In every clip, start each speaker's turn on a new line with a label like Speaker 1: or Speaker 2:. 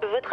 Speaker 1: Votre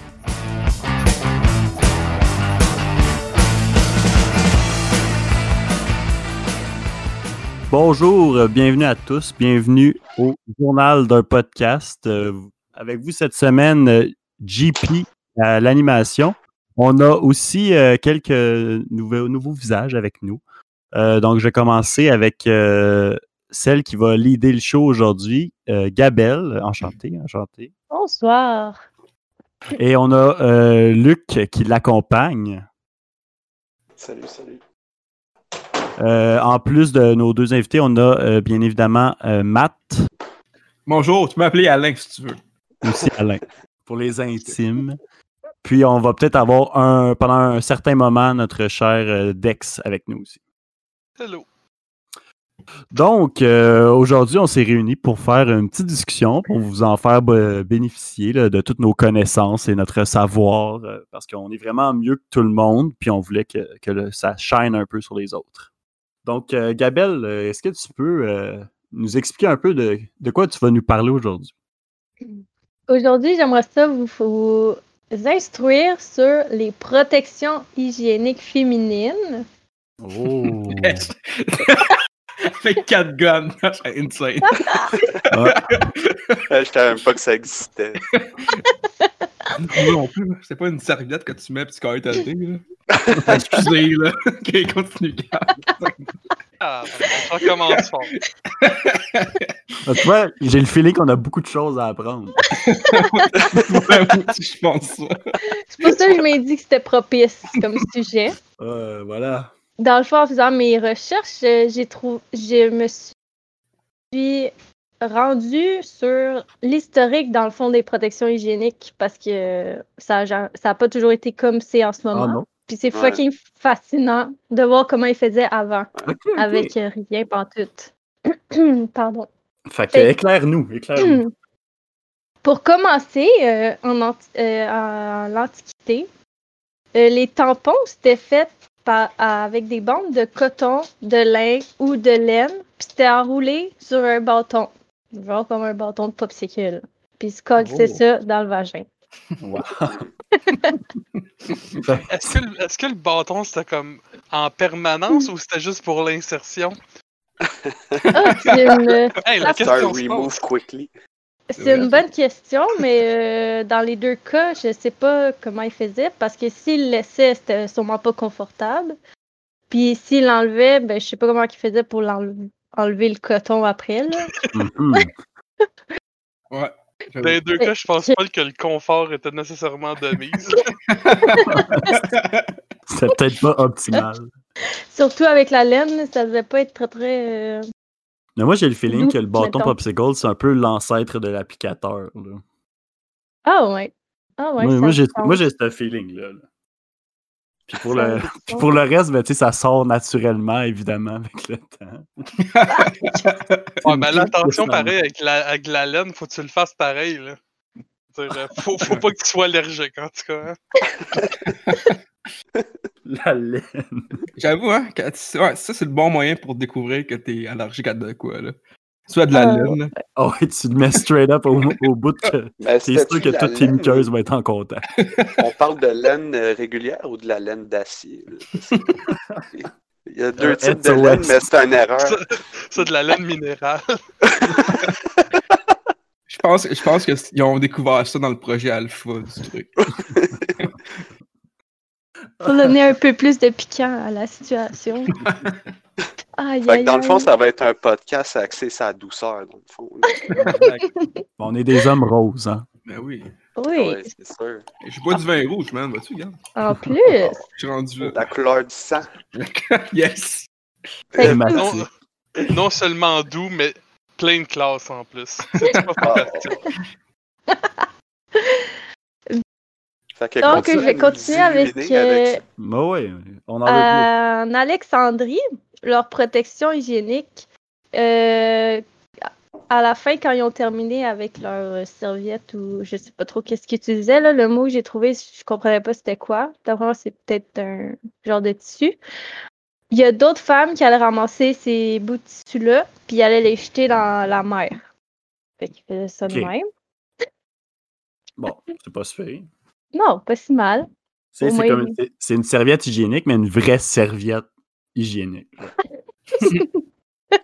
Speaker 2: Bonjour, euh, bienvenue à tous, bienvenue au journal d'un podcast. Euh, avec vous cette semaine, euh, JP à l'animation. On a aussi euh, quelques nouveaux, nouveaux visages avec nous. Euh, donc, je vais commencer avec euh, celle qui va leader le show aujourd'hui, euh, Gabelle. Enchantée, enchantée.
Speaker 3: Bonsoir.
Speaker 2: Et on a euh, Luc qui l'accompagne.
Speaker 4: Salut, salut.
Speaker 2: Euh, en plus de nos deux invités, on a euh, bien évidemment euh, Matt.
Speaker 5: Bonjour, tu peux m'appeler Alain si tu veux.
Speaker 2: aussi Alain, pour les intimes. Puis on va peut-être avoir un, pendant un certain moment notre cher euh, Dex avec nous aussi.
Speaker 6: Hello.
Speaker 2: Donc, euh, aujourd'hui, on s'est réunis pour faire une petite discussion, pour vous en faire euh, bénéficier là, de toutes nos connaissances et notre savoir, euh, parce qu'on est vraiment mieux que tout le monde, puis on voulait que, que le- ça shine un peu sur les autres. Donc, euh, Gabelle, euh, est-ce que tu peux euh, nous expliquer un peu de, de quoi tu vas nous parler aujourd'hui?
Speaker 3: Aujourd'hui, j'aimerais ça vous, vous instruire sur les protections hygiéniques féminines.
Speaker 2: Oh!
Speaker 5: Avec quatre guns, Ah, c'est insane.
Speaker 4: Euh, je savais même pas que ça existait.
Speaker 5: Moi non plus, c'est pas une serviette que tu mets pis tu colles ta nez, là. Excusez, là. Ok, continue.
Speaker 6: Ah, on recommence fort.
Speaker 2: Ah, Tu vois, j'ai le feeling qu'on a beaucoup de choses à apprendre.
Speaker 5: je pense ça.
Speaker 3: C'est pour ça que je m'ai dit que c'était propice comme sujet.
Speaker 2: Euh, voilà.
Speaker 3: Dans le fond, en faisant mes recherches, euh, j'ai trouvé, je me suis rendue sur l'historique dans le fond des protections hygiéniques parce que euh, ça n'a pas toujours été comme c'est en ce
Speaker 2: Ah
Speaker 3: moment.
Speaker 2: non.
Speaker 3: Puis c'est
Speaker 4: Ouais.
Speaker 3: fucking fascinant de voir comment ils faisaient avant
Speaker 2: Ok, ok.
Speaker 3: avec euh, rien pantoute. Pardon.
Speaker 2: Fait que, éclaire-nous, éclaire-nous.
Speaker 3: Pour commencer, euh, en, anti- euh, en l'Antiquité, euh, les tampons, c'était fait par- avec des bandes de coton, de lin ou de laine, puis c'était enroulé sur un bâton, genre comme un bâton de popsicle. Puis ils se collaient
Speaker 2: Oh.
Speaker 3: ça dans le vagin.
Speaker 2: Wow.
Speaker 6: Est-ce que, le- est-ce que le bâton c'était comme en permanence ou c'était juste pour l'insertion?
Speaker 3: Ah, c'est une,
Speaker 6: Hey, la
Speaker 4: Star
Speaker 6: question se pose.
Speaker 4: remove quickly.
Speaker 3: c'est une bonne question, mais euh, dans les deux cas, je sais pas comment ils faisaient, parce que s'ils le laissaient, c'était sûrement pas confortable. Puis s'ils l'enlevaient, ben, je sais pas comment ils faisaient pour l'enlever enlever le coton après, là.
Speaker 2: Mhm.
Speaker 5: Ouais.
Speaker 6: Dans les deux cas, je pense pas que le confort était nécessairement de mise.
Speaker 2: C'est peut-être pas optimal.
Speaker 3: Surtout avec la laine, ça devait pas être très très. euh,
Speaker 2: Mais moi, j'ai le feeling que le bâton
Speaker 3: Mettons.
Speaker 2: popsicle, c'est un peu l'ancêtre de l'applicateur. là.
Speaker 3: Ah ouais. Ah ouais.
Speaker 2: moi,
Speaker 3: ça
Speaker 2: moi,
Speaker 3: me
Speaker 2: j'ai,
Speaker 3: semble.
Speaker 2: moi, j'ai ce feeling-là. là. Puis pour,
Speaker 3: Ça
Speaker 2: le,
Speaker 3: me
Speaker 2: puis pour le reste, ben, tu sais, ça sort naturellement, évidemment, avec le temps.
Speaker 6: Ouais, ben, mais là, attention,
Speaker 2: l'attention
Speaker 6: pareil, avec la, avec la laine, faut que tu le fasses pareil, là. C'est-à-dire, euh, Faut, faut pas que tu sois allergique, en tout cas. hein.
Speaker 2: La laine.
Speaker 5: J'avoue, hein, quand tu- ouais, ça, c'est le bon moyen pour découvrir que t'es allergique à de quoi, là. Soit de la
Speaker 3: Ah.
Speaker 5: laine, là.
Speaker 2: Oh, ouais, tu le mets straight up au, au bout de que.
Speaker 4: Mais
Speaker 2: C'est
Speaker 4: Ben, c'était-tu
Speaker 2: sûr que
Speaker 4: de la
Speaker 2: toutes tes
Speaker 4: laine?
Speaker 2: muqueuses vont être en contact.
Speaker 4: On parle de laine euh, régulière ou de la laine d'acier? là? Parce que- Il y a deux
Speaker 2: Euh,
Speaker 4: types
Speaker 2: it's
Speaker 4: de
Speaker 2: a
Speaker 4: laine,
Speaker 2: west.
Speaker 4: mais c'est une erreur.
Speaker 6: C'est de la laine minérale.
Speaker 5: Je pense, je pense qu'ils ont découvert ça dans le projet Alpha du truc.
Speaker 3: Pour donner un peu plus de piquant à la situation. aïe,
Speaker 4: Fait que
Speaker 3: aïe,
Speaker 4: dans le fond,
Speaker 3: aïe.
Speaker 4: ça va être un podcast axé sur la douceur, dans le fond. là.
Speaker 2: On est des hommes roses, hein.
Speaker 5: Ben oui.
Speaker 3: Oui.
Speaker 4: Ouais, c'est sûr.
Speaker 5: J'ai pas du vin rouge, man. Vas-tu, regarde.
Speaker 3: En plus.
Speaker 5: Je suis rendu là.
Speaker 4: La couleur du sang.
Speaker 5: yes!
Speaker 3: Fait que-
Speaker 2: Thématique.
Speaker 6: Non, non seulement doux, mais plein de classe en plus. C'est pas
Speaker 4: Ah.
Speaker 6: fantastique.
Speaker 4: Fait que
Speaker 3: Donc,
Speaker 4: continue
Speaker 3: je vais
Speaker 4: à nous
Speaker 3: continuer avec, euh,
Speaker 4: illuminer avec
Speaker 2: Mais oui, Bah on en veut plus.
Speaker 3: En Alexandrie, leur protection hygiénique, euh, à la fin, quand ils ont terminé avec leur euh, serviette ou je sais pas trop qu'est-ce qu'ils utilisaient, là, le mot que j'ai trouvé, je comprenais pas c'était quoi. D'après moi, c'est peut-être un genre de tissu. Il y a d'autres femmes qui allaient ramasser ces bouts de tissu-là, puis allaient les jeter dans la mer. Fait qu'ils faisaient ça de
Speaker 2: Ok.
Speaker 3: même.
Speaker 2: Bon, c'est pas super.
Speaker 3: Non, pas si mal.
Speaker 2: C'est
Speaker 3: Au
Speaker 2: c'est
Speaker 3: moins,
Speaker 2: comme
Speaker 3: oui.
Speaker 2: une, c'est- c'est une serviette hygiénique, mais une vraie serviette hygiénique.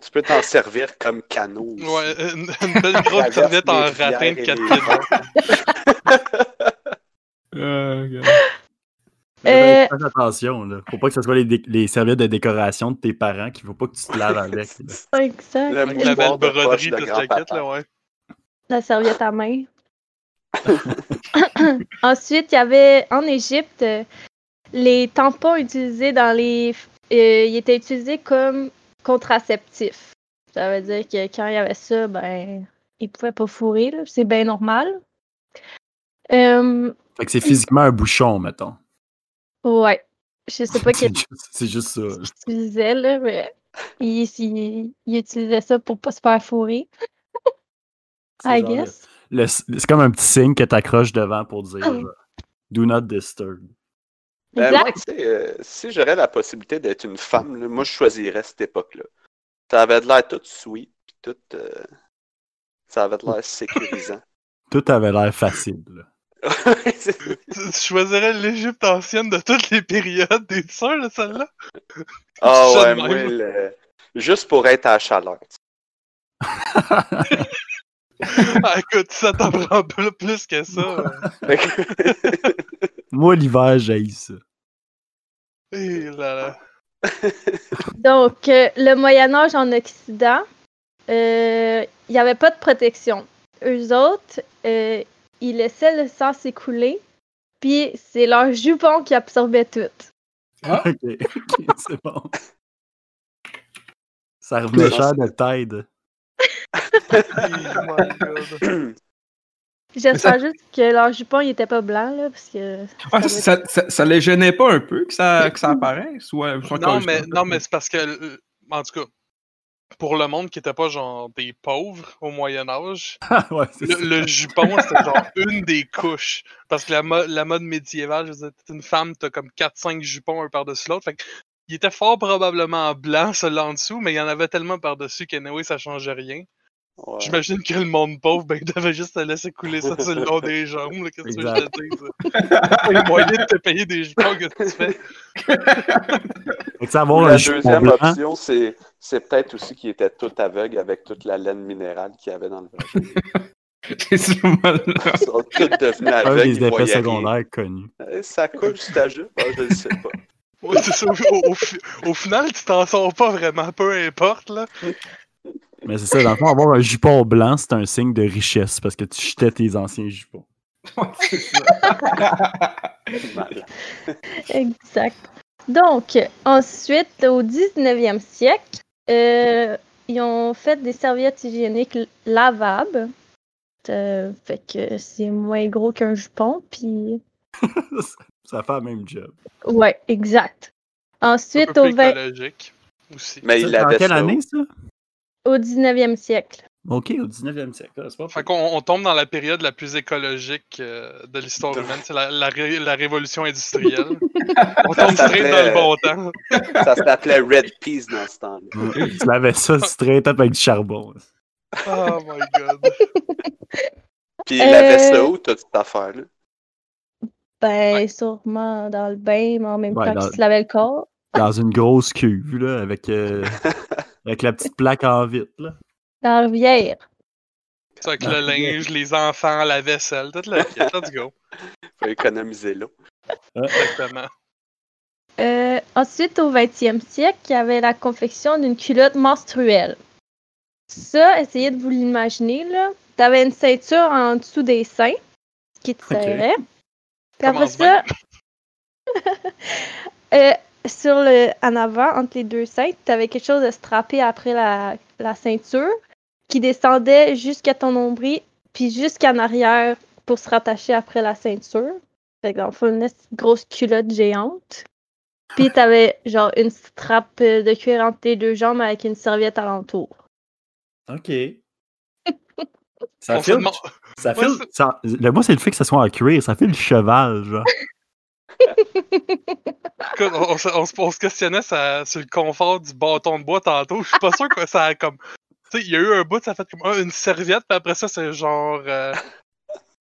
Speaker 4: Tu peux t'en servir comme canot. aussi.
Speaker 6: Ouais, une, une belle
Speaker 4: La
Speaker 6: grosse
Speaker 4: verse
Speaker 6: canette
Speaker 4: des
Speaker 6: en
Speaker 4: rivières
Speaker 6: ratin de
Speaker 4: et
Speaker 6: 4
Speaker 4: des
Speaker 6: pieds.
Speaker 4: vents.
Speaker 5: Euh,
Speaker 3: Euh,
Speaker 2: Fais attention, là. Faut pas que ce soit les, dé- les serviettes de décoration de tes parents qu'il faut pas que tu te laves avec. là.
Speaker 3: Exact.
Speaker 4: Le
Speaker 6: Avec la belle
Speaker 4: mouchoir de poche
Speaker 6: broderie
Speaker 4: de
Speaker 6: de jaquette,
Speaker 4: grand-papa.
Speaker 6: là, ouais.
Speaker 3: La serviette à main. Ensuite, il y avait en Égypte euh, les tampons utilisés dans les. euh, ils étaient utilisés comme contraceptifs. Ça veut dire que quand il y avait ça, ben, ils pouvaient pas fourrer. là. C'est bien normal. Euh,
Speaker 2: Fait que c'est physiquement un bouchon, mettons.
Speaker 3: ouais. Je sais pas quel
Speaker 2: C'est juste- C'est juste ça. là.
Speaker 3: utilisait, là, mais il, il- il utilisait ça pour pas se faire fourrer,
Speaker 2: C'est
Speaker 3: I
Speaker 2: genre
Speaker 3: guess. Ah
Speaker 2: le- le- C'est comme un petit signe que t'accroches devant pour dire genre, Do not disturb.
Speaker 4: Ben, moi,
Speaker 3: Exact.
Speaker 4: tu sais, euh, si j'aurais la possibilité d'être une femme, là, moi, je choisirais cette époque-là. Ça avait de l'air tout sweet, puis tout. euh, Ça avait de l'air sécurisant.
Speaker 2: Tout avait l'air facile. là.
Speaker 4: C'est-
Speaker 6: Tu, tu choisirais l'Égypte ancienne de toutes les périodes, t'es sûr de celle-là?
Speaker 4: Ah
Speaker 6: Ça
Speaker 4: ouais,
Speaker 6: de
Speaker 4: moi,
Speaker 6: même.
Speaker 4: le- juste pour être à la chaleur. tu sais.
Speaker 6: Ah, écoute, ça t'en prend plus- plus que ça. ouais.
Speaker 4: Fait que-
Speaker 2: Moi, l'hiver, j'ai ça.
Speaker 6: Eh là là.
Speaker 3: Donc, euh, le Moyen Âge en Occident, euh, il n'y avait pas de protection. Eux autres, euh, ils laissaient le sang s'écouler, puis c'est leur jupon qui absorbait tout.
Speaker 2: Ok, ok, c'est bon. Ça revenait cher de Tide.
Speaker 6: Eh, my God.
Speaker 3: J'espère juste que leur jupon n'était pas blanc, là, parce que...
Speaker 5: Ah, ça, ça, ça- ça les gênait pas un peu que ça, que ça apparaisse? ou, euh, soit
Speaker 6: Non,
Speaker 5: que-
Speaker 6: mais, non, mais c'est parce que, euh, en tout cas, pour le monde qui était pas genre des pauvres au Moyen-Âge,
Speaker 2: ouais, c'est ça.
Speaker 6: le, le jupon c'était genre une des couches. Parce que la, mo- la mode médiévale, je veux dire, t'es une femme, t'as comme 4-5 jupons un par-dessus l'autre. Fait que, il était fort probablement blanc, celui-là en dessous, mais il y en avait tellement par-dessus que Noé, ça changeait rien.
Speaker 4: Ouais.
Speaker 6: J'imagine que le monde pauvre, ben, il devait juste se laisser couler ça sur le long des jambes. là. Qu'est-ce que tu veux que je te dise? T'as les moyens de te payer des jupons que tu fais.
Speaker 2: Fait que ça avoir un
Speaker 4: la
Speaker 2: jupon
Speaker 4: deuxième
Speaker 2: blanc,
Speaker 4: option, c'est, c'est peut-être aussi qu'il était tout aveugle avec toute la laine minérale qu'il y avait dans le vagin.
Speaker 5: C'est sûrement là.
Speaker 4: Ils sont tous devenus
Speaker 2: un
Speaker 4: aveugles.
Speaker 2: des
Speaker 4: ils
Speaker 2: effets
Speaker 4: voyaient rien.
Speaker 2: secondaires connus.
Speaker 4: Eh, Ça coule sur ta jupe? Ah, je ne sais pas.
Speaker 6: Ouais, c'est ça. Au, au- au fi- au final, tu t'en sors pas vraiment, peu importe, là.
Speaker 2: Mais c'est ça, dans le fond, avoir un jupon blanc, c'est un signe de richesse parce que tu jetais tes anciens jupons.
Speaker 5: Ouais, c'est ça.
Speaker 4: Mal.
Speaker 3: Exact. Donc, euh, ensuite, au 19e siècle, euh, ils ont fait des serviettes hygiéniques l- lavables. Euh, fait que c'est moins gros qu'un jupon, puis...
Speaker 2: ça fait le même job.
Speaker 3: Ouais, exact.
Speaker 6: Un
Speaker 3: Ensuite,
Speaker 6: peu
Speaker 3: au,
Speaker 6: plus
Speaker 3: 20
Speaker 6: écologique, aussi.
Speaker 4: Mais il
Speaker 2: Ça, dans
Speaker 4: l'avait
Speaker 2: quelle
Speaker 4: ça
Speaker 2: année, ça?
Speaker 3: au 19e siècle.
Speaker 2: Ok, au 19e siècle. ah, C'est pas
Speaker 6: Fait qu'on on tombe dans la période la plus écologique euh, de l'histoire humaine, c'est la, la ré- la révolution industrielle. On
Speaker 4: Ça
Speaker 6: tombe straight
Speaker 4: s'appelait,
Speaker 6: dans le
Speaker 4: euh,
Speaker 6: bon temps.
Speaker 4: Ça s'appelait Red Peas dans ce temps-là.
Speaker 2: Ouais, tu l'avais ça straight up avec du charbon.
Speaker 6: Oh my god.
Speaker 4: Puis il avait
Speaker 3: Euh,
Speaker 4: ça où, toute cette affaire-là?
Speaker 3: Ben, sûrement dans le bain, mais en même
Speaker 2: Ouais,
Speaker 3: temps
Speaker 2: dans-
Speaker 3: qu'ils se lavaient le corps.
Speaker 2: Dans une grosse cuve, là, avec, euh, avec la petite plaque en vitre, là.
Speaker 3: Dans la rivière.
Speaker 6: Ça, avec le linge, les enfants, la vaisselle, toute la kit. Let's go.
Speaker 4: Faut économiser l'eau.
Speaker 6: Exactement.
Speaker 3: Euh, ensuite, au 20e siècle, il y avait la confection d'une culotte menstruelle. Ça, essayez de vous l'imaginer, là. T'avais une ceinture en dessous des seins qui te
Speaker 2: Ok.
Speaker 3: serrait. Puis après
Speaker 6: Commence
Speaker 3: ça, euh, sur le, en avant, entre les deux seins, t'avais quelque chose de strappé après la, la ceinture qui descendait jusqu'à ton nombril, puis jusqu'en arrière pour se rattacher après la ceinture. Fait que dans le fond, une petite grosse culotte géante. Puis t'avais genre une strap euh, de cuir entre tes deux jambes avec une serviette alentour.
Speaker 2: Ok. Ça
Speaker 6: On se
Speaker 2: file.
Speaker 6: demande-
Speaker 2: Ça
Speaker 6: Ouais,
Speaker 2: file. ça- le moi, c'est le fait que ça soit en cuir. Ça file cheval, genre.
Speaker 6: Écoute, on, on se- on se- on se questionnait ça- sur le confort du bâton de bois tantôt. Je suis pas sûr que ça a comme. Tu sais, il y a eu un bout, ça a fait comme ah, une serviette, puis après ça, c'est genre. euh,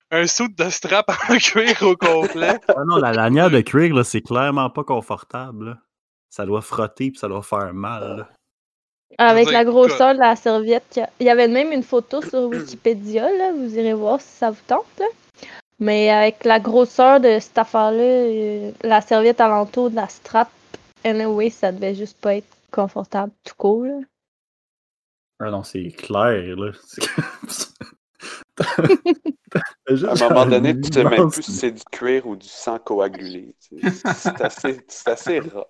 Speaker 6: un soude de strap en cuir au complet.
Speaker 2: Ah non, la lanière de cuir, là, c'est clairement pas confortable. là. Ça doit frotter puis ça doit faire mal. là.
Speaker 3: Avec
Speaker 6: veux
Speaker 3: la
Speaker 6: dire,
Speaker 3: grosseur de la serviette. qu'il y a- Il y avait même une photo sur Wikipédia, là. Vous irez voir si ça vous tente, là. Mais avec la grosseur de cette affaire-là, euh, la serviette alentour de la strap, anyway, ça devait juste pas être confortable tout court, là.
Speaker 2: Ah non, c'est clair, là. C'est- T'as juste
Speaker 4: À un moment donné,
Speaker 2: une
Speaker 4: tu sais même
Speaker 2: immense-
Speaker 4: plus si c'est du cuir ou du sang coagulé. tu sais. C'est assez, c'est assez rough.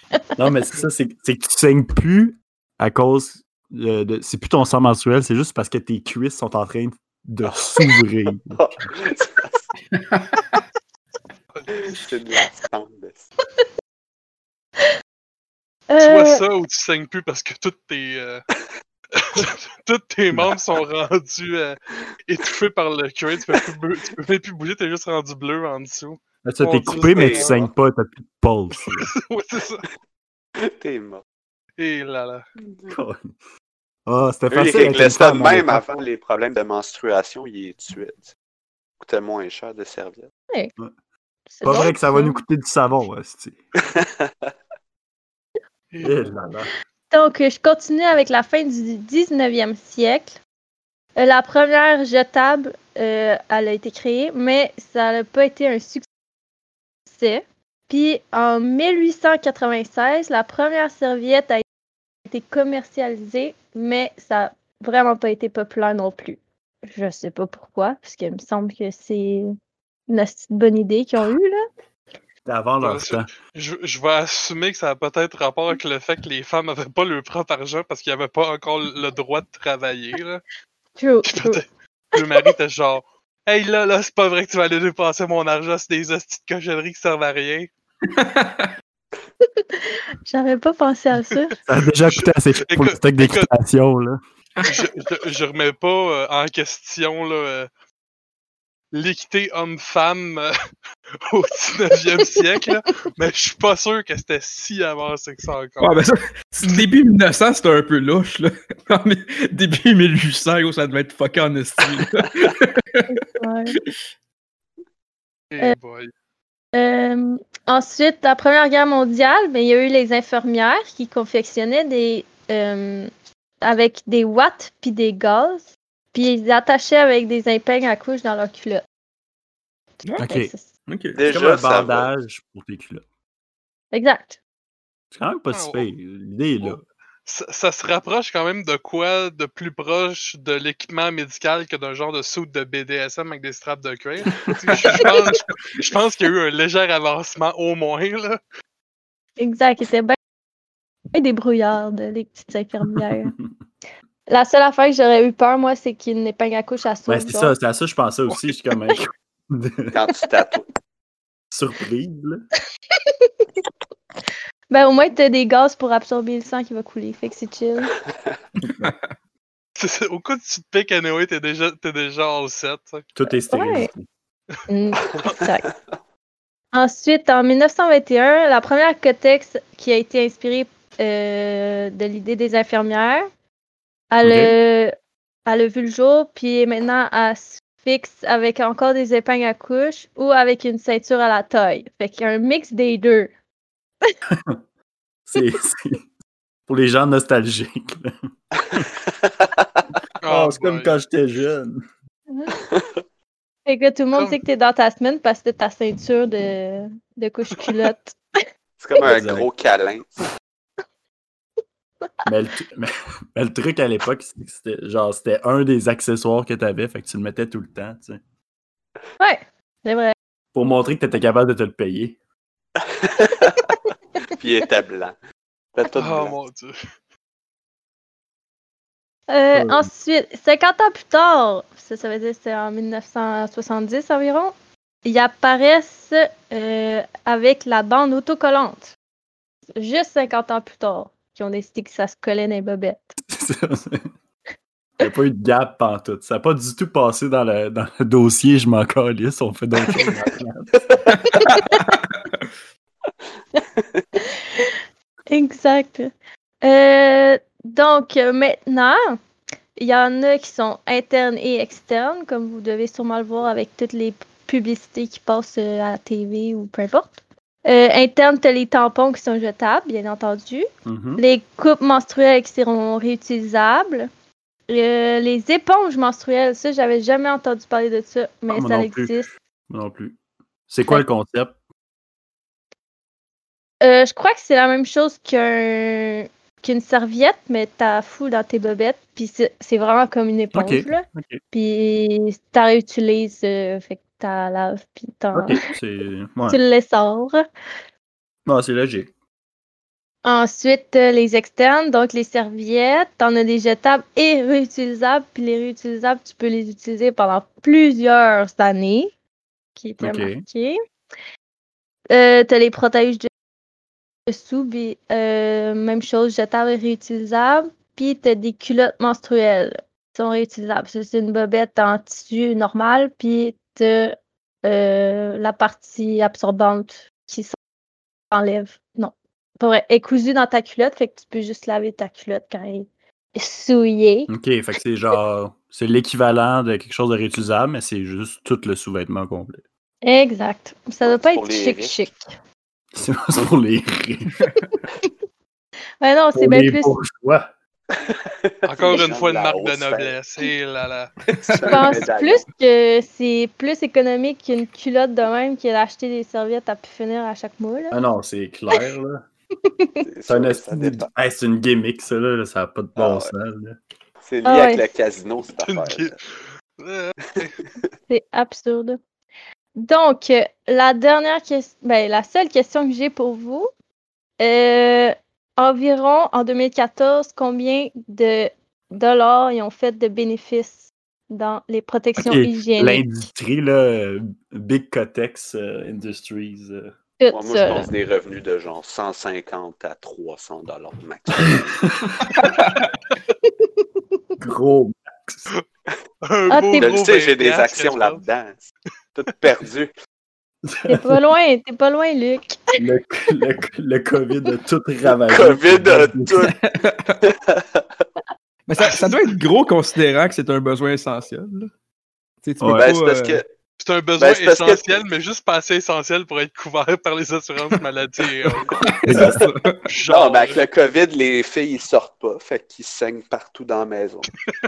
Speaker 2: Non, mais c'est ça, c'est c'est que tu saignes plus à cause euh, de. C'est plus ton sang mensuel, c'est juste parce que tes cuisses sont en train de s'ouvrir.
Speaker 4: c'est de la tendance.
Speaker 6: Soit
Speaker 3: Euh,
Speaker 6: ça ou tu saignes plus parce que toutes tes. euh, tous tes membres sont rendus euh, étouffés par le cuir. Tu peux, plus, bou- tu peux même plus bouger, t'es juste rendu bleu en dessous.
Speaker 2: Là, ça,
Speaker 6: Mon
Speaker 2: t'es
Speaker 6: Dieu,
Speaker 2: coupé, mais
Speaker 4: c'est-
Speaker 2: tu saignes pas, t'as plus de pulse. là.
Speaker 6: ouais, c'est ça.
Speaker 4: T'es mort.
Speaker 6: Et là là.
Speaker 2: Ah, c'était
Speaker 4: Eux,
Speaker 2: facile.
Speaker 4: ils
Speaker 2: avec
Speaker 4: réglaient
Speaker 2: une
Speaker 4: ça
Speaker 2: femme,
Speaker 4: de
Speaker 2: mon
Speaker 4: même
Speaker 2: gars.
Speaker 4: avant les problèmes de menstruation, ils les tuaient. tu sais. Coûtait moins cher de serviettes.
Speaker 3: c'est
Speaker 2: Pas
Speaker 3: bon,
Speaker 2: vrai que ça va nous coûter du savon, hostie. Eh
Speaker 6: Et là.
Speaker 2: là là.
Speaker 3: Donc, je continue avec la fin du 19e siècle. Euh, La première jetable, euh, elle a été créée, mais ça n'a pas été un succès. Puis, en 1896, la première serviette a été commercialisée, mais ça n'a vraiment pas été populaire non plus. Je sais pas pourquoi, parce qu'il me semble que c'est une astuce bonne idée qu'ils ont eue, là.
Speaker 2: C'était avant
Speaker 6: Ouais,
Speaker 2: leur
Speaker 6: c'est-
Speaker 2: temps.
Speaker 6: Je, je vais assumer que ça a peut-être rapport avec le fait que les femmes avaient pas leur propre argent parce qu'ils n'avaient pas encore le droit de travailler. Là.
Speaker 3: True,
Speaker 6: Puis
Speaker 3: true.
Speaker 6: peut-être le mari était genre Hey là, là, c'est pas vrai que tu vas aller dépenser mon argent sur des hosties de cochonneries qui servent à rien.
Speaker 3: J'avais pas pensé à ça.
Speaker 2: Ça a déjà coûté assez cher pour le
Speaker 6: Écoute,
Speaker 2: stock d'équitation, là.
Speaker 6: Je, je, je remets pas euh, en question là, euh, l'équité homme-femme euh, au 19e siècle, là, mais je suis pas sûr que c'était si avancé que ça encore.
Speaker 5: Ouais, ben ça, c'est- début 1900, c'était un peu louche, là. Non, mais début 1800, gros, ça devait être fucké en estime.
Speaker 3: Ouais.
Speaker 6: Eh
Speaker 3: Euh,
Speaker 6: boy.
Speaker 3: Euh, ensuite, la Première Guerre mondiale, ben, il y a eu les infirmières qui confectionnaient des euh, avec des watts puis des gaz, puis ils attachaient avec des impègnes à couche dans leur culotte.
Speaker 2: Ok.
Speaker 3: Fait que c'est-
Speaker 5: Ok.
Speaker 2: C'est comme un
Speaker 4: Déjà, ça va.
Speaker 2: bandage pour tes culottes.
Speaker 3: Exact.
Speaker 2: C'est quand même pas si
Speaker 6: Ah ouais.
Speaker 2: pire. L'idée est là.
Speaker 6: ça, ça se rapproche quand même de quoi de plus proche de l'équipement médical que d'un genre de soude de BDSM avec des straps de cuir. Tu sais, je, je pense, je pense qu'il y a eu un léger avancement au moins là.
Speaker 3: Exact. Ils étaient bien débrouillardes, les petites infirmières. la seule affaire que j'aurais eu peur, moi, c'est qu'une épingle à couche à
Speaker 2: Ben,
Speaker 3: sauce.
Speaker 2: c'est
Speaker 3: genre.
Speaker 2: ça, c'est à ça que je pensais aussi. Je suis comme un-
Speaker 4: Quand tu tatoues.
Speaker 2: surprise, là.
Speaker 3: Ben, au moins, t'as des gaz pour absorber le sang qui va couler. Fait que c'est chill.
Speaker 6: C'est- c'est- Au coup de tu te piques anyway, t'es déjà t'es déjà all set. tu sais.
Speaker 2: Tout est stérile.
Speaker 3: Mm, exact. Ensuite, en 1921, la première cotex qui a été inspirée euh, de l'idée des infirmières, elle, a- elle a vu le jour, puis maintenant elle se fixe avec encore des épingles à couche ou avec une ceinture à la taille. Fait qu'il y a un mix des deux.
Speaker 2: C'est c'est- pour les gens nostalgiques. là.
Speaker 6: Oh
Speaker 2: Ah, c'est comme
Speaker 6: boy.
Speaker 2: quand j'étais jeune.
Speaker 3: Fait que là, tout le monde
Speaker 6: Comme-
Speaker 3: sait que t'es dans ta semaine parce que t'as ta ceinture de, de couche culotte.
Speaker 4: C'est comme un
Speaker 2: Exact.
Speaker 4: gros câlin.
Speaker 2: Mais le, tru- mais- mais le truc à l'époque, c'est que c'était genre c'était un des accessoires que t'avais, fait que tu le mettais tout le temps, tu sais.
Speaker 3: ouais, c'est vrai.
Speaker 2: Pour montrer que t'étais capable de te le payer.
Speaker 4: Puis il était blanc. C'était tout
Speaker 6: Oh
Speaker 4: blanc.
Speaker 6: mon dieu.
Speaker 3: Euh,
Speaker 2: Euh.
Speaker 3: Ensuite, 50 ans plus tard, ça, ça veut dire que c'était en 1970 environ, ils apparaissent euh, avec la bande autocollante. Juste 50 ans plus tard, qui ont décidé que ça se collait dans les bobettes.
Speaker 2: C'est ça, c'est- Il n'y a pas eu de gap en tout. Ça n'a pas du tout passé dans le, dans le dossier, je m'en calisse, on fait d'autres choses.
Speaker 3: Exact. Euh, donc, euh, maintenant, il y en a qui sont internes et externes, comme vous devez sûrement le voir avec toutes les publicités qui passent euh, à la TV ou peu importe. Euh, interne, t'as les tampons qui sont jetables, bien entendu.
Speaker 2: Mhm.
Speaker 3: Les coupes menstruelles qui seront réutilisables. Euh, les éponges menstruelles, ça, j'avais jamais entendu parler de ça, mais
Speaker 2: Ah, moi
Speaker 3: ça
Speaker 2: non plus.
Speaker 3: existe.
Speaker 2: Moi non plus. C'est quoi le concept?
Speaker 3: Euh, je crois que c'est la même chose qu'un qu'une serviette, mais t'as fou dans tes bobettes, puis c'est c'est vraiment comme une éponge,
Speaker 2: Ok,
Speaker 3: là.
Speaker 2: ok.
Speaker 3: Puis t'as réutilises, euh, fait que t'as laves, puis t'en-
Speaker 2: Ok, c'est
Speaker 3: tu
Speaker 2: ouais.
Speaker 3: le laisses hors.
Speaker 2: Non, c'est logique.
Speaker 3: Ensuite, euh, les externes, donc les serviettes, t'en as des jetables et réutilisables, puis les réutilisables, tu peux les utiliser pendant plusieurs années, qui était
Speaker 2: Ok.
Speaker 3: marqué. Euh, t'as les protèges de dessous, puis, euh, même chose, jetables et réutilisables, puis t'as des culottes menstruelles qui sont réutilisables. Ça, C'est une bobette en tissu normal, puis t'as euh, la partie absorbante qui s'enlève. Non pas vrai, elle est cousue dans ta culotte, fait que tu peux juste laver ta culotte quand elle est souillée.
Speaker 2: Ok, fait que c'est genre. C'est l'équivalent de quelque chose de réutilisable, mais c'est juste tout le sous-vêtement complet.
Speaker 3: Exact. Ça doit pas
Speaker 4: Pour
Speaker 3: être
Speaker 4: les
Speaker 3: chic
Speaker 4: riches.
Speaker 3: chic.
Speaker 2: C'est pour les riches.
Speaker 3: Ouais, non, c'est
Speaker 2: pour
Speaker 3: bien
Speaker 2: les
Speaker 3: plus.
Speaker 2: bourgeois.
Speaker 6: Encore
Speaker 4: Les
Speaker 6: une
Speaker 4: gens
Speaker 6: fois,
Speaker 4: de
Speaker 6: une
Speaker 4: la
Speaker 6: marque de
Speaker 4: haute sphère.
Speaker 6: noblesse. Et là là.
Speaker 3: Je pense plus que c'est plus économique qu'une culotte de même qui est d'acheter des serviettes à pu finir à chaque mois. là.
Speaker 2: Ah non, c'est clair, là. C'est
Speaker 4: Ça,
Speaker 2: un
Speaker 4: ça
Speaker 2: esti-
Speaker 4: dépend.
Speaker 2: Hey, c'est une gimmick, ça, là. là, Ça n'a pas de bon
Speaker 4: Ah ouais.
Speaker 2: sens, là.
Speaker 4: C'est lié
Speaker 3: Ah
Speaker 4: avec
Speaker 3: ouais.
Speaker 4: le casino, cette
Speaker 6: Une
Speaker 4: affaire.
Speaker 6: qui- Euh,
Speaker 3: C'est absurde. Donc, euh, la dernière question, ben, la seule question que j'ai pour vous, euh, environ en 2014, combien de dollars ils ont fait de bénéfices dans les protections
Speaker 2: Ok,
Speaker 3: hygiéniques?
Speaker 2: L'industrie, là, euh, Big Cotex euh, Industries. euh.
Speaker 3: Tout
Speaker 4: Moi, moi,
Speaker 3: ça,
Speaker 4: je
Speaker 3: là.
Speaker 4: pense des revenus de genre 150 à 300 dollars maximum.
Speaker 2: Gros max.
Speaker 6: un
Speaker 3: Ah,
Speaker 6: beau
Speaker 3: t'es-
Speaker 4: Je le
Speaker 6: gros
Speaker 4: sais, j'ai des
Speaker 6: 20
Speaker 4: actions
Speaker 6: qu'elle
Speaker 4: là-dedans. Tout perdu.
Speaker 3: T'es pas loin, t'es pas loin, Luc.
Speaker 2: Le, le, le COVID a tout ravagé.
Speaker 4: COVID, euh, tout.
Speaker 5: Mais ça, ça doit être gros considérant que c'est un besoin essentiel. là. Tu sais, tu peux
Speaker 2: Ouais.
Speaker 5: pas,
Speaker 4: Ben, c'est parce
Speaker 5: euh,
Speaker 4: que.
Speaker 6: C'est un besoin
Speaker 4: Ben, c'est parce que-
Speaker 6: essentiel, mais juste pas assez essentiel pour être couvert par les assurances maladie. eh, oh. et autres.
Speaker 5: euh, c'est ça.
Speaker 4: Non,
Speaker 6: Genre, euh,
Speaker 4: mais avec le COVID, les filles, ils sortent pas. Fait qu'ils saignent partout dans la maison.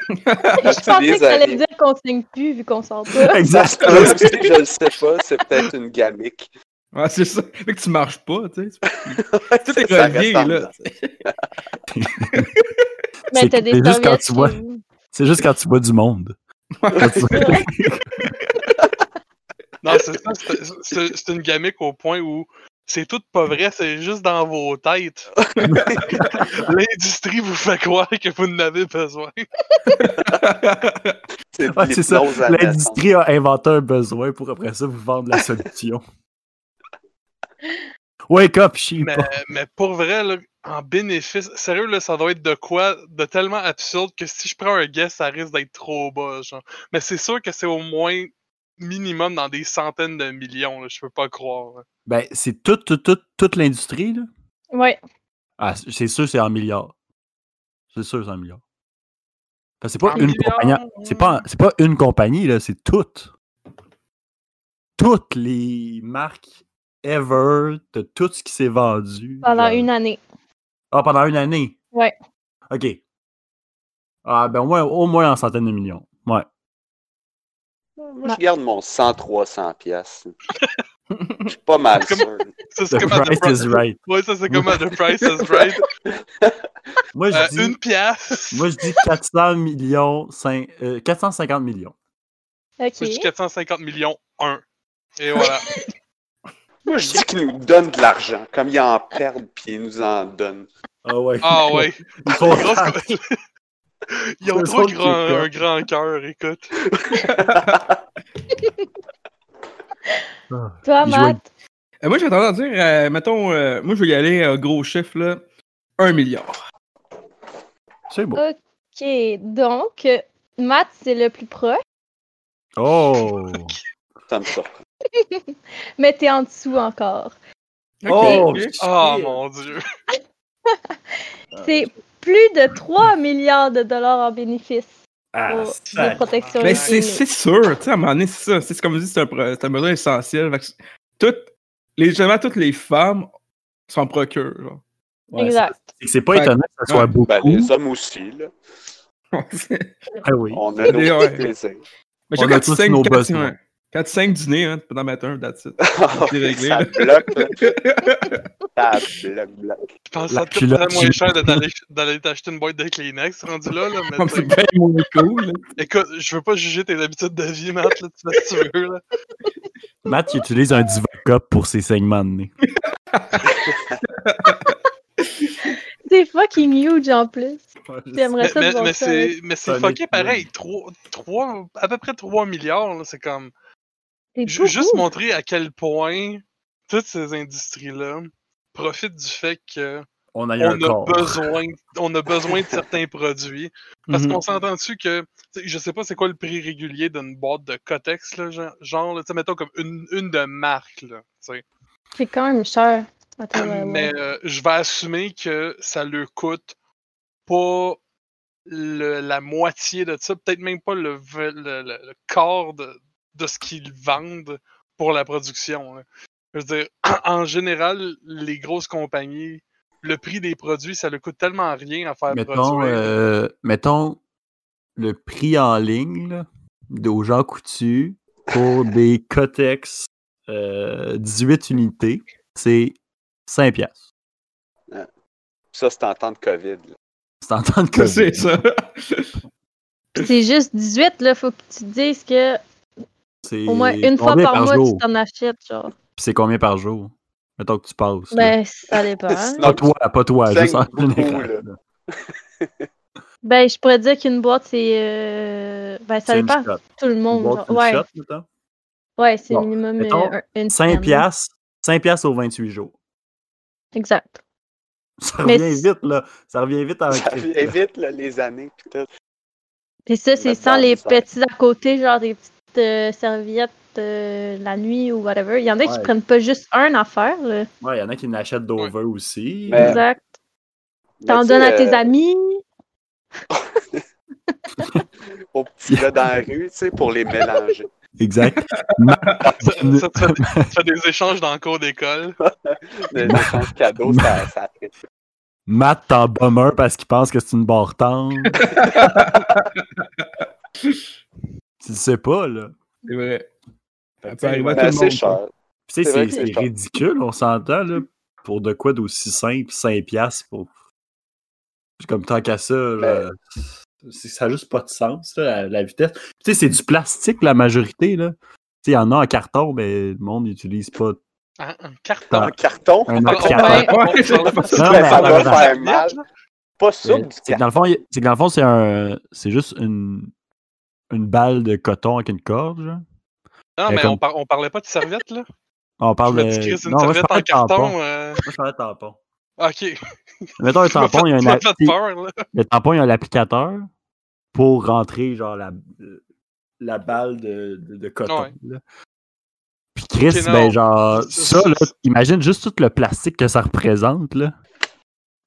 Speaker 3: Je pensais que t'allais
Speaker 4: allais
Speaker 3: dire qu'on signe plus vu qu'on sort pas.
Speaker 2: Exactement.
Speaker 4: Ah, Je le sais pas, c'est peut-être une gamique.
Speaker 5: Ouais, c'est ça. Fait que tu marches pas, tu sais. Tout est
Speaker 4: Ça
Speaker 5: relié,
Speaker 4: reste en
Speaker 5: là.
Speaker 3: Mais
Speaker 2: C'est-
Speaker 3: t'as des
Speaker 2: c'est juste quand
Speaker 3: serviettes
Speaker 2: tu vois.
Speaker 3: chez vous.
Speaker 2: C'est juste quand tu vois du monde. Quand tu-
Speaker 6: Non, c'est ça, c'est- c'est c'est une gamique au point où c'est tout pas vrai, c'est juste dans vos têtes. L'industrie vous fait croire que vous en avez besoin.
Speaker 4: C'est de
Speaker 2: Ouais, c'est ça.
Speaker 4: l'hypnose à la naissance.
Speaker 2: L'industrie a inventé un besoin pour après ça vous vendre la solution. Wake up, sheep.
Speaker 6: Mais, mais pour vrai, là, en bénéfice, sérieux, là, ça doit être de quoi de tellement absurde que si je prends un guess, ça risque d'être trop bas. Genre. Mais c'est sûr que c'est au moins minimum dans des centaines de millions, là, je peux pas croire. là.
Speaker 2: Ben, c'est toute, toute, toute, toute l'industrie, là.
Speaker 3: Ouais.
Speaker 2: Ah, c- c'est sûr, c'est en milliards. C'est sûr, c'est en milliards. Parce que c'est pas
Speaker 6: En
Speaker 2: une
Speaker 6: milliards,
Speaker 2: compagnie. C'est pas, c'est pas une compagnie, là, c'est toutes. Toutes les marques ever de tout ce qui s'est vendu.
Speaker 3: Pendant
Speaker 2: genre.
Speaker 3: une année.
Speaker 2: Ah, pendant une année?
Speaker 3: Ouais.
Speaker 2: OK. Ah, ben au moins, au moins en centaines de millions. Ouais.
Speaker 4: Moi, je garde mon 100-300 piastres. Je suis pas mal sûr.
Speaker 6: Ça, c'est
Speaker 2: The
Speaker 6: comme à The
Speaker 2: price is
Speaker 6: Pri-
Speaker 2: right.
Speaker 6: Ouais, ça c'est comme à The Price is Right.
Speaker 2: Moi, je
Speaker 6: Euh,
Speaker 2: dis,
Speaker 6: une pièce.
Speaker 2: moi, je dis 400 millions, cin- euh, 450 millions.
Speaker 3: Ok.
Speaker 6: Moi, je dis 450 millions 1. Et voilà.
Speaker 4: Moi, je dis qu'ils nous donnent de l'argent. Comme ils en perdent, puis ils nous en donnent.
Speaker 2: Ah ouais.
Speaker 6: Ah ouais.
Speaker 2: Ils font
Speaker 6: Grosse-
Speaker 2: ça.
Speaker 6: Ils ont
Speaker 2: Eux
Speaker 6: trop
Speaker 2: autres,
Speaker 6: grand,
Speaker 2: les gars.
Speaker 6: un grand cœur, écoute.
Speaker 3: Toi,
Speaker 2: Il jouait-
Speaker 3: Matt,
Speaker 5: Euh, moi, j'ai tendance à dire, euh, mettons, euh, moi, je vais y aller euh, gros chiffre, là. Un milliard.
Speaker 2: C'est bon.
Speaker 3: ok. Ok, donc, euh, Matt, c'est le plus proche,
Speaker 2: Oh!
Speaker 4: Ça me surprend.
Speaker 3: mais t'es en dessous encore.
Speaker 7: Oh,
Speaker 5: ok.
Speaker 2: Ah,
Speaker 5: Ben,
Speaker 7: shit.
Speaker 6: Oh mon dieu. Ah,
Speaker 3: C'est plus de 3 milliards de dollars en bénéfices
Speaker 7: Ah,
Speaker 3: pour les
Speaker 7: sac.
Speaker 3: protections
Speaker 5: Mais
Speaker 6: Ouais.
Speaker 5: c'est
Speaker 3: économiques.
Speaker 5: c'est sûr, tu sais, à un moment donné, c'est ça. C'est comme je dis, c'est un, pro- c'est un besoin essentiel. Fait que c'est- toutes, légèrement, toutes les femmes s'en procurent. genre.
Speaker 2: Ouais,
Speaker 3: exact.
Speaker 2: c'est- C'est pas
Speaker 5: Fait-
Speaker 2: étonnant que ça soit
Speaker 5: Ouais.
Speaker 2: beaucoup.
Speaker 4: Ben, les hommes aussi, là.
Speaker 5: C'est-
Speaker 2: Ah oui.
Speaker 4: On a nos
Speaker 5: Des- ouais.
Speaker 4: petits plaisirs.
Speaker 5: Mais
Speaker 2: On
Speaker 5: je sais,
Speaker 2: a
Speaker 5: quand tu
Speaker 2: tous
Speaker 5: saignes
Speaker 2: nos
Speaker 5: quand
Speaker 2: boss,
Speaker 5: tu-
Speaker 2: moi.
Speaker 5: ouais. Quand tu saignes du nez, hein, tu peux en mettre un, that's it. C'est réglé,
Speaker 4: ça
Speaker 5: là.
Speaker 4: bloque, là. ça bloque, bloque.
Speaker 6: Je pense que
Speaker 2: La
Speaker 6: ça te
Speaker 2: culotte
Speaker 6: coûterait moins
Speaker 2: du-
Speaker 6: cher de t'aller- d'aller t'acheter une boîte de Kleenex rendu là. là mais
Speaker 5: Comme
Speaker 6: t'sais,
Speaker 5: c'est bien moins cool. là.
Speaker 6: écoute, je veux pas juger tes habitudes de vie, Matt. Là, tu fais ce que tu veux. Là.
Speaker 2: Matt, il utilise un Divacop pour ses saignements de nez.
Speaker 3: C'est fucking huge en plus. J'aimerais
Speaker 6: Mais,
Speaker 3: ça de
Speaker 6: mais-
Speaker 3: voir
Speaker 6: mais
Speaker 3: ça.
Speaker 6: c'est mais c'est
Speaker 2: Sonic
Speaker 6: fucké pareil. Trois, trois, à peu près 3 milliards, là, c'est comme.
Speaker 3: C'est
Speaker 6: Ju- Juste
Speaker 3: beaucoup.
Speaker 6: montrer à quel point toutes ces industries-là profitent du fait que
Speaker 2: On a eu un
Speaker 6: on a,
Speaker 2: corps.
Speaker 6: besoin, on a besoin de certains produits. Parce
Speaker 5: Mhm.
Speaker 6: qu'on s'entend dessus que, tu sais, je sais pas c'est quoi le prix régulier d'une boîte de Cotex, là, genre, genre là, tu sais, mettons comme une, une de marque. Là, tu sais.
Speaker 3: C'est quand même cher. Attends, ouais, ouais.
Speaker 6: Mais euh, je vais assumer que ça leur coûte pas le- la moitié de ça, peut-être même pas le, v- le, le- le quart de, de ce qu'ils vendent pour la production. là. Je veux dire, en général, les grosses compagnies, le prix des produits, ça leur coûte tellement rien à faire
Speaker 2: Mettons,
Speaker 6: produire.
Speaker 2: euh, mettons le prix en ligne là, de- aux gens coutus pour des Cotex euh, 18 unités, c'est 5 piastres.
Speaker 4: Ça, c'est en temps de COVID. là.
Speaker 2: C'est en temps de
Speaker 5: Ça,
Speaker 2: COVID.
Speaker 5: C'est ça.
Speaker 3: Puis C'est juste 18, là. Faut que tu te dises que
Speaker 2: C'est
Speaker 3: au moins une fois
Speaker 2: combien
Speaker 3: par, mois,
Speaker 2: jour?
Speaker 3: tu t'en achètes, genre.
Speaker 2: Puis c'est combien par jour? Mettons que tu passes. là.
Speaker 3: Ben, ça dépend.
Speaker 4: Sinon,
Speaker 2: Pas toi, pas toi,
Speaker 4: cinq
Speaker 2: juste en
Speaker 4: beaucoup,
Speaker 2: général. là.
Speaker 3: ben, je pourrais dire qu'une boîte, c'est. euh, Ben, ça
Speaker 2: C'est une
Speaker 3: dépend
Speaker 2: shot.
Speaker 3: tout le monde.
Speaker 2: Une boîte,
Speaker 3: genre.
Speaker 2: une
Speaker 3: Ouais,
Speaker 2: shot, mettons.
Speaker 3: ouais c'est
Speaker 2: Bon,
Speaker 3: minimum euh,
Speaker 2: mettons,
Speaker 3: un- une
Speaker 2: 5
Speaker 3: semaine.
Speaker 2: piastres, 5 piastres aux 28 jours.
Speaker 3: Exact.
Speaker 2: Ça
Speaker 3: Mais
Speaker 2: revient
Speaker 3: c'est-
Speaker 2: vite, là. Ça revient
Speaker 5: Ah,
Speaker 2: vite en
Speaker 4: Ça
Speaker 2: crise, là.
Speaker 4: évite là, les années. pis tout.
Speaker 3: Puis ça, c'est
Speaker 4: Mettre
Speaker 3: sans
Speaker 4: dans
Speaker 3: les
Speaker 4: le sac.
Speaker 3: petits à côté, genre des petites euh, serviettes euh, la nuit ou whatever. Il y en a qui
Speaker 2: Ouais.
Speaker 3: prennent pas juste un affaire, là.
Speaker 2: Ouais, il y en a qui l'achètent d'over aussi.
Speaker 4: Mais-
Speaker 3: Exact.
Speaker 4: Mais
Speaker 3: T'en
Speaker 4: tu sais,
Speaker 3: donnes à tes
Speaker 4: euh,
Speaker 3: amis.
Speaker 4: Aux petits gars dans la rue, tu sais, pour les mélanger.
Speaker 2: Exact.
Speaker 6: Ça, ça te fait, ça te fait des échanges dans le cours d'école.
Speaker 4: Les échanges cadeaux, ça, ça fait.
Speaker 2: Matt t'en bombe un parce qu'il pense que c'est une barre tendre. tu le sais pas, là.
Speaker 5: C'est vrai.
Speaker 2: Fait que,
Speaker 5: peut arriver à
Speaker 2: tu sais,
Speaker 4: Mais
Speaker 5: tout le
Speaker 4: c'est
Speaker 5: monde,
Speaker 4: cher.
Speaker 2: tu sais,
Speaker 4: C'est
Speaker 2: c'est
Speaker 4: vrai que c'est
Speaker 2: c'est
Speaker 4: cher.
Speaker 2: ridicule, on s'entend, là. Pour de quoi d'aussi simple, 5 piastres pour. Puis Comme tant qu'à ça, là,
Speaker 4: Ben.
Speaker 2: c'est- ça n'a juste pas de sens, là, la, la vitesse. Tu sais, c'est du plastique, la majorité, là. Tu sais, il y en a en carton, mais le monde n'utilise pas
Speaker 6: Un, un carton.
Speaker 4: En carton,
Speaker 2: un
Speaker 6: hein, Ah,
Speaker 2: autre
Speaker 6: on-
Speaker 2: carton.
Speaker 6: on- on-
Speaker 5: Ouais, c'est pas
Speaker 4: ben,
Speaker 2: Non, mais
Speaker 4: ça doit
Speaker 2: attends, attends.
Speaker 4: faire mal. Pas sûr
Speaker 2: C'est
Speaker 4: du
Speaker 2: c'est que dans le fond, il y a- c'est que dans le fond, c'est un. C'est juste une. Une balle de coton avec une corde, genre. Euh,
Speaker 6: Non, mais
Speaker 2: Comme-
Speaker 6: on, par- on parlait pas de serviette, là.
Speaker 2: Ah, On
Speaker 6: Je
Speaker 2: parle
Speaker 6: me
Speaker 2: de.
Speaker 6: dis, Chris, une
Speaker 2: Non, moi, je
Speaker 6: serviette
Speaker 2: parlais
Speaker 6: en
Speaker 2: de tampon.
Speaker 6: carton.
Speaker 2: Moi,
Speaker 6: euh,
Speaker 2: je parlais de tampon.
Speaker 6: Ok.
Speaker 2: Mettons un
Speaker 6: Tu m'as
Speaker 2: tampon, il y a
Speaker 6: fait-
Speaker 2: un
Speaker 6: tu m'as fait
Speaker 2: appli-
Speaker 6: peur, là.
Speaker 2: Le tampon, il y a un applicateur pour rentrer, genre, la, la balle de, de, de coton.
Speaker 6: Ouais.
Speaker 2: là. Puis Chris,
Speaker 6: Ok, non.
Speaker 2: ben, genre,
Speaker 6: Ça,
Speaker 2: ça,
Speaker 6: ça,
Speaker 2: là,
Speaker 6: ça.
Speaker 2: imagine juste tout le plastique que ça représente, là.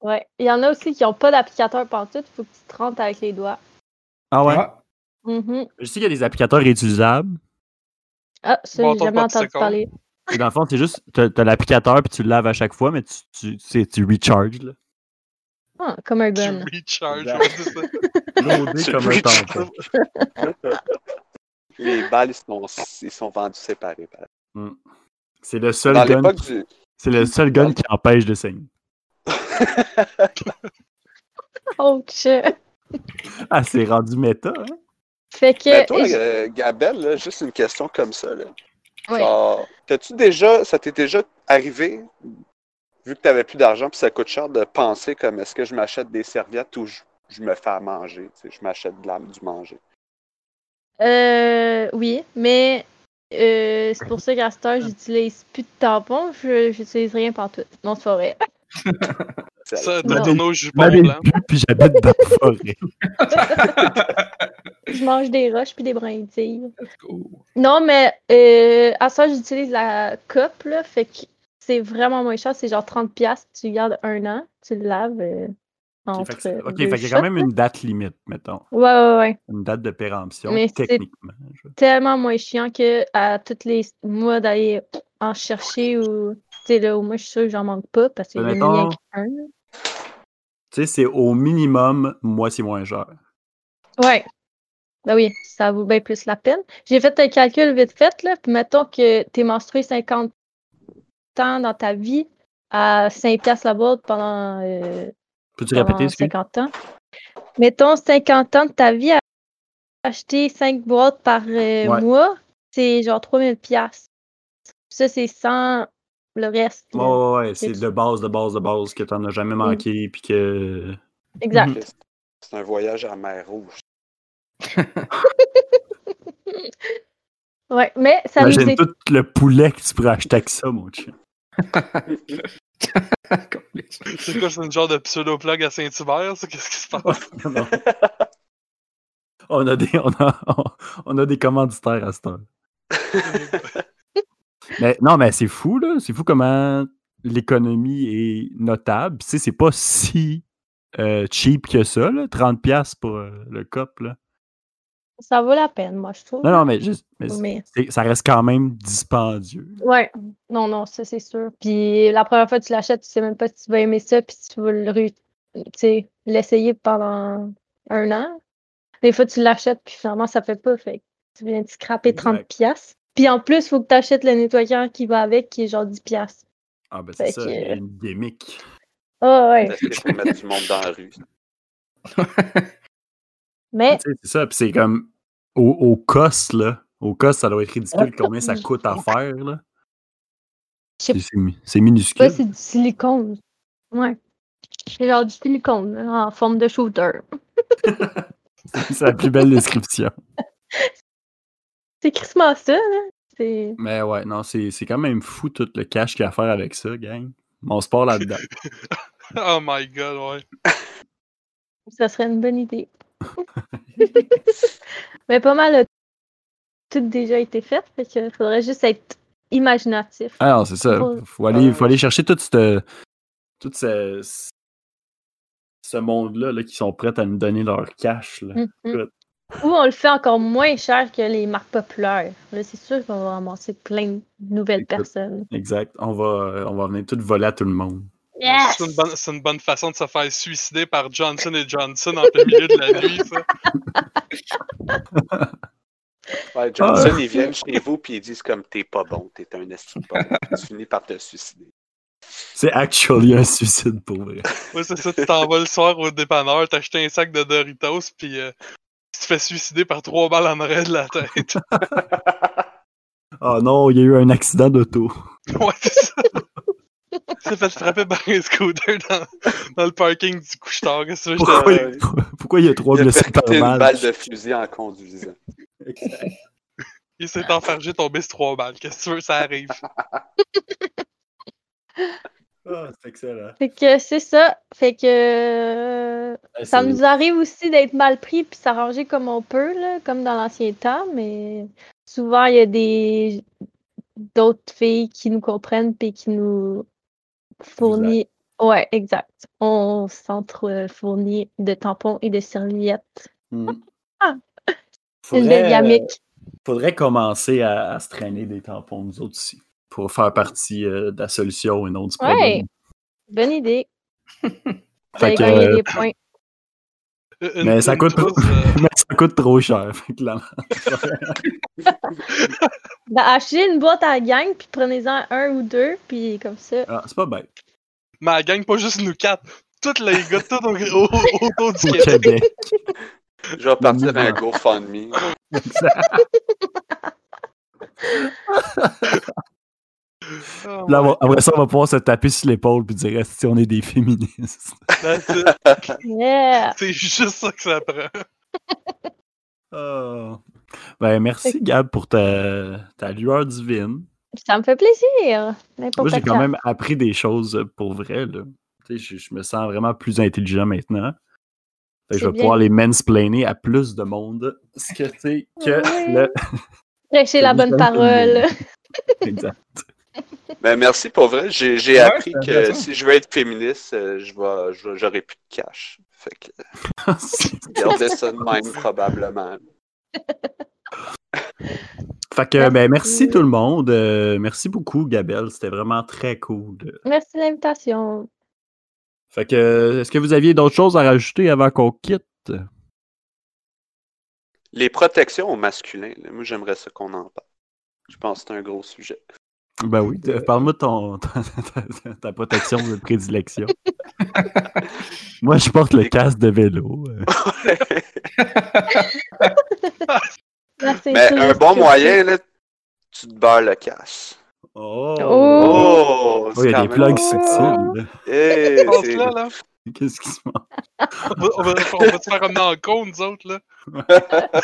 Speaker 3: Ouais. Il y en a aussi qui ont pas d'applicateur pantoute. Faut que tu te rentres avec les doigts.
Speaker 2: Ah ouais?
Speaker 5: Ah,
Speaker 3: Mhm.
Speaker 2: Je sais qu'il y a des applicateurs réutilisables.
Speaker 3: Ah, ça,
Speaker 6: Bon,
Speaker 3: j'ai
Speaker 6: ton
Speaker 3: jamais
Speaker 6: pote, c'est
Speaker 3: entendu
Speaker 6: con.
Speaker 3: parler.
Speaker 2: Et Dans le fond, c'est juste, t'as t'as l'applicateur puis tu le laves à chaque fois, mais tu, tu, tu, sais, tu recharges, là.
Speaker 3: Ah, comme un
Speaker 6: Tu
Speaker 3: gun.
Speaker 6: recharges.
Speaker 2: Exact.
Speaker 6: ouais, c'est ça.
Speaker 2: Loadé
Speaker 4: C'est
Speaker 2: comme un
Speaker 4: recharge.
Speaker 2: tampon.
Speaker 4: Les balles, ils sont, ils sont vendus séparés. par exemple.
Speaker 2: C'est le seul
Speaker 4: Dans
Speaker 2: gun,
Speaker 4: l'époque
Speaker 3: Euh,
Speaker 4: du.
Speaker 2: c'est le seul gun qui empêche de saigner.
Speaker 3: Oh, shit.
Speaker 2: Ah, c'est rendu méta, hein?
Speaker 3: Fait que.
Speaker 4: Mais toi,
Speaker 3: et j-
Speaker 4: euh, Gabelle, là, juste une question comme ça. Là.
Speaker 3: ouais.
Speaker 4: Genre, t'as-tu déjà. Ça t'est déjà arrivé, vu que t'avais plus d'argent, puis ça coûte cher, de penser comme est-ce que je m'achète des serviettes ou je, je me fais à manger? tu sais, je m'achète de la- du manger.
Speaker 3: Euh, oui, mais euh, c'est pour ça qu'à cette heure, j'utilise plus de tampons. Je, j'utilise rien partout. Non, c'est pas vrai. Non.
Speaker 6: Ça, t'as tourné au jupon
Speaker 2: m'avais
Speaker 6: blanc.
Speaker 2: bu, puis j'habite dans la forêt.
Speaker 3: Je mange des roches puis des brindilles.
Speaker 5: Let's go.
Speaker 3: Non, mais euh, à ça, j'utilise la coupe, là, fait que c'est vraiment moins cher. C'est genre 30$, piastres, tu gardes un an, tu le laves euh,
Speaker 2: Ok,
Speaker 3: entre euh,
Speaker 2: fait que c'est- ok,
Speaker 3: deux
Speaker 2: fait qu'il y a quand
Speaker 3: shots,
Speaker 2: même
Speaker 3: là.
Speaker 2: une date limite, mettons.
Speaker 3: Ouais, ouais, ouais.
Speaker 2: Une date de péremption,
Speaker 3: Mais c'est-
Speaker 2: techniquement. je-
Speaker 3: Tellement moins chiant que à tous les mois d'aller en chercher ou... Tu sais, là, au moins, je suis sûre que j'en manque pas parce qu'il y en a
Speaker 2: Ben, Mettons-
Speaker 3: rien qu'un.
Speaker 2: Tu sais, c'est au minimum moitié moins cher.
Speaker 3: Ouais. Ben oui, ça vaut bien plus la peine. J'ai fait un calcul vite fait, là. Puis mettons que t'es menstrué 50 ans dans ta vie à 5 piastres la boîte pendant, euh,
Speaker 2: Peux-tu
Speaker 3: pendant
Speaker 2: répéter ce que
Speaker 3: 50 ans. Mettons 50 ans de ta vie à acheter 5 boîtes par euh,
Speaker 2: Ouais.
Speaker 3: mois, c'est genre 3000 piastres. Ça, c'est sans le reste.
Speaker 2: Ouais,
Speaker 3: là.
Speaker 2: ouais, ouais, c'est
Speaker 3: tu-
Speaker 2: de base, de base, de base, que t'en as jamais
Speaker 3: Mm.
Speaker 2: manqué, puis que.
Speaker 3: Exact.
Speaker 4: C'est un voyage à mer rouge.
Speaker 3: Ouais, mais ça nous
Speaker 2: Mhm. Imagine
Speaker 3: est...
Speaker 2: tout le poulet que tu pourrais acheter avec ça, mon chien.
Speaker 6: C'est quoi, c'est une genre de pseudo-plug à Saint-Hubert, ça? Qu'est-ce qui se passe?
Speaker 2: Non. on, a des, on, a, on- on a des commanditaires à cette heure. mais, non, mais c'est fou, là. C'est fou comment l'économie est notable. Tu sais, c'est pas si euh, cheap que ça, là. 30$ pour euh, le cop, là.
Speaker 3: Ça vaut la peine, moi, je trouve.
Speaker 2: Non, non, mais, juste, mais
Speaker 3: Mais-
Speaker 2: c'est- ça reste quand même dispendieux.
Speaker 3: Ouais, Mm. non, non, ça c'est sûr. Puis la première fois que tu l'achètes, tu sais même pas si tu vas aimer ça, puis tu vas le ré- tu sais, l'essayer pendant un an. Des fois, tu l'achètes, puis finalement, ça fait pas. Fait que tu viens de scraper
Speaker 2: Exact.
Speaker 3: 30 pièces. Puis en plus, il faut que tu achètes le nettoyant qui va avec, qui est genre 10 pièces.
Speaker 2: Ah, ben c'est
Speaker 3: Fait
Speaker 2: ça,
Speaker 3: que-
Speaker 2: il y a une gimmick.
Speaker 3: Ah ouais.
Speaker 4: Est-ce que je peux mettre du monde dans la rue?
Speaker 3: Mais
Speaker 2: Tu sais, C'est ça, puis c'est comme au, au cost, là. Au cost, ça doit être ridicule combien ça coûte à faire, là.
Speaker 3: Je sais
Speaker 2: C'est- c'est mi- C'est
Speaker 3: je sais pas,
Speaker 2: minuscule.
Speaker 3: c'est du silicone. Ouais. C'est genre du silicone là, en forme de shooter.
Speaker 2: C'est la plus belle description.
Speaker 3: C'est crissement ça, là. C'est.
Speaker 2: Mais ouais, non, c'est c'est quand même fou tout le cash qu'il y a à faire avec ça, gang. Mon sport là-dedans.
Speaker 6: Oh my god, ouais.
Speaker 3: Ça serait une bonne idée. Mais pas mal a tout déjà été fait, fait que faudrait juste être imaginatif.
Speaker 2: Alors, Ah c'est ça.
Speaker 3: Ouais.
Speaker 2: Faut aller, faut aller chercher tout ce, tout ce, ce monde-là là, qui sont prêts à nous donner leur cash. Là.
Speaker 3: Mhm.
Speaker 2: Good.
Speaker 3: Ou on le fait encore moins cher que les marques populaires. Là, c'est sûr qu'on va ramasser plein de nouvelles
Speaker 2: Écoute.
Speaker 3: personnes.
Speaker 2: Exact. On va, on va venir tout voler à tout le monde.
Speaker 3: Yes!
Speaker 6: C'est une, bonne- c'est une bonne façon de se faire suicider par Johnson et Johnson en plein milieu de la nuit, ça.
Speaker 4: Ouais, Johnson, ils viennent chez vous puis ils disent comme t'es pas bon, t'es un estime pas bon. Tu finis par te suicider.
Speaker 2: C'est actually un suicide pour vrai.
Speaker 6: Ouais, c'est ça, tu t'en vas le soir au dépanneur, t'achètes un sac de Doritos, puis euh, tu te fais suicider par trois balles en arrêt de la tête.
Speaker 2: Oh non, il y a eu un accident d'auto.
Speaker 6: Ouais, c'est ça. Tu t'es fait frapper par un scooter dans, dans le parking du couche-tard. Qu'est-ce que tu veux, je te-
Speaker 2: Pourquoi, il- pourquoi il y a trois
Speaker 4: Il a
Speaker 2: blessés par
Speaker 4: percuté une
Speaker 2: balle?
Speaker 4: balle de fusil en conduisant.
Speaker 6: Il s'est enfargé, tombé sur trois balles. Qu'est-ce que tu veux, ça arrive.
Speaker 2: Ah, c'est excellent.
Speaker 3: Fait que c'est ça. Fait que euh,
Speaker 2: Ah,
Speaker 3: ça
Speaker 2: c'est-
Speaker 3: nous arrive aussi d'être mal pris puis s'arranger comme on peut, là, comme dans l'ancien temps, mais souvent il y a des d'autres filles qui nous comprennent puis qui nous fournissent. Ouais, exact. On s'entre-fournit de tampons et de serviettes.
Speaker 2: Mhm.
Speaker 3: Ah.
Speaker 2: Faudrait,
Speaker 3: C'est une belle gamique.
Speaker 2: faudrait commencer à, à se traîner des tampons, nous autres aussi, pour faire partie euh, de la solution et non du problème.
Speaker 3: Ouais. Bonne idée. Vous
Speaker 2: Fait
Speaker 3: allez
Speaker 2: que,
Speaker 3: gagner
Speaker 2: euh,
Speaker 3: des points.
Speaker 6: Une-
Speaker 2: Mais ça
Speaker 6: une
Speaker 2: coûte-
Speaker 6: chose, euh,
Speaker 2: Mais ça coûte trop cher, fait que là-
Speaker 3: Ben, achetez une boîte à la gang, puis prenez-en un ou deux, puis comme ça.
Speaker 2: Ah, c'est pas bête.
Speaker 6: mais elle gagne pas juste nous quatre. Toutes les gars, tout au, au- autour du
Speaker 2: Au
Speaker 6: Québec.
Speaker 2: Québec.
Speaker 4: Je vais partir un GoFundMe.
Speaker 6: Oh
Speaker 2: Là, on- après ça, on va pouvoir se taper sur l'épaule puis dire si on est des féministes.
Speaker 6: my God,
Speaker 3: Yeah!
Speaker 6: C'est juste ça que ça prend.
Speaker 2: Ah. Ben, merci, Gab, pour ta, ta lueur divine.
Speaker 3: Ça me fait plaisir.
Speaker 2: Moi,
Speaker 3: N'importe
Speaker 2: j'ai
Speaker 3: quand.
Speaker 2: quand même appris des choses pour vrai. Là. Tu Tu sais, Je, je me sens vraiment plus intelligent maintenant. Fait que
Speaker 3: C'est
Speaker 2: je vais
Speaker 3: bien.
Speaker 2: pouvoir les mansplainer à plus de monde. Ce que tu sais que
Speaker 3: Oui.
Speaker 2: le.
Speaker 3: Prêcher la
Speaker 2: Je
Speaker 3: bonne
Speaker 2: donne tout le
Speaker 3: parole.
Speaker 2: Exact.
Speaker 4: Ben, merci pour vrai. J'ai j'ai
Speaker 5: Ouais,
Speaker 4: appris
Speaker 5: c'est
Speaker 4: que
Speaker 5: intéressant.
Speaker 4: si je veux être féministe, euh, je vais, je vais- j'aurai plus de cash. Fait que gardez ça de même probablement.
Speaker 2: fait que, ben, merci
Speaker 3: Merci.
Speaker 2: tout le monde. Euh, merci beaucoup, Gabelle. C'était vraiment très cool.
Speaker 3: Merci de l'invitation.
Speaker 2: Fait que, euh, est-ce que vous aviez d'autres choses à rajouter avant qu'on quitte?
Speaker 4: Les protections au masculin, là, moi j'aimerais ça qu'on en parle. Je pense que c'est un gros sujet.
Speaker 2: Ben oui, t- parle-moi de ton, ta, ta- ta protection de prédilection. Moi, je porte le casque de vélo. euh.
Speaker 3: Merci,
Speaker 4: Mais
Speaker 3: tout
Speaker 4: Ben, un
Speaker 3: juste
Speaker 4: bon
Speaker 3: que-
Speaker 4: moyen, là, tu te beurres le cash.
Speaker 3: Oh!
Speaker 2: Oh,
Speaker 4: Oh!
Speaker 2: il y a des plugs subtils. là.
Speaker 4: Hey,
Speaker 6: On
Speaker 4: Eh, c'est-
Speaker 6: là, là.
Speaker 2: Qu'est-ce qui se passe?
Speaker 6: On va, on va, on va se faire ramener en compte, nous autres, là.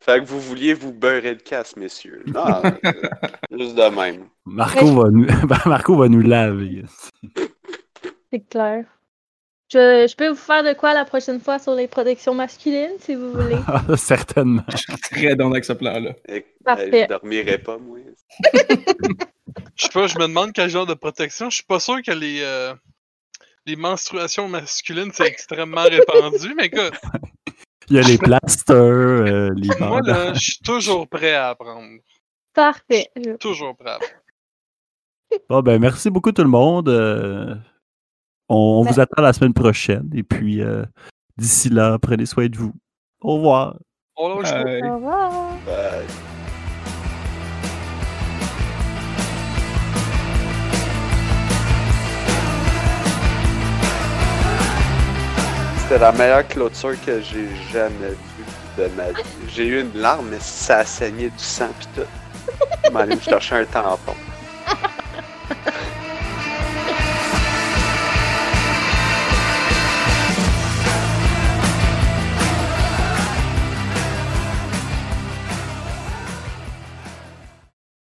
Speaker 4: Fait que vous vouliez vous beurrer le casse, messieurs. Non, euh, juste de même.
Speaker 2: Marco va nous, Ben, Marco va nous laver.
Speaker 3: C'est clair. Je, je peux vous faire de quoi la prochaine fois sur les protections masculines, si vous voulez.
Speaker 2: Ah, Certainement.
Speaker 5: Je suis très dans avec ce plan-là.
Speaker 4: Et- eh,
Speaker 3: Parfait.
Speaker 4: je dormirai pas, moi.
Speaker 6: Je sais pas, je me demande quel genre de protection. Je suis pas sûr que les, euh, les menstruations masculines, c'est extrêmement répandu, mais écoute,
Speaker 2: Il y a les plasters, euh, les
Speaker 6: moi,
Speaker 2: bandes.
Speaker 6: là, je suis toujours prêt à apprendre.
Speaker 3: Parfait. Je-
Speaker 6: Toujours prêt à apprendre.
Speaker 2: Bon, ben, merci beaucoup tout le monde. Euh, on on
Speaker 3: Ben-
Speaker 2: vous attend la semaine prochaine. Et puis, euh, d'ici là, prenez soin de vous. Au revoir.
Speaker 6: On lâche pas.
Speaker 5: Bye.
Speaker 3: Au revoir.
Speaker 4: Euh, C'était la meilleure clôture que j'ai jamais vue de ma vie. J'ai eu une larme, mais ça a saigné du sang pis tout. Je m'en allais me chercher un tampon.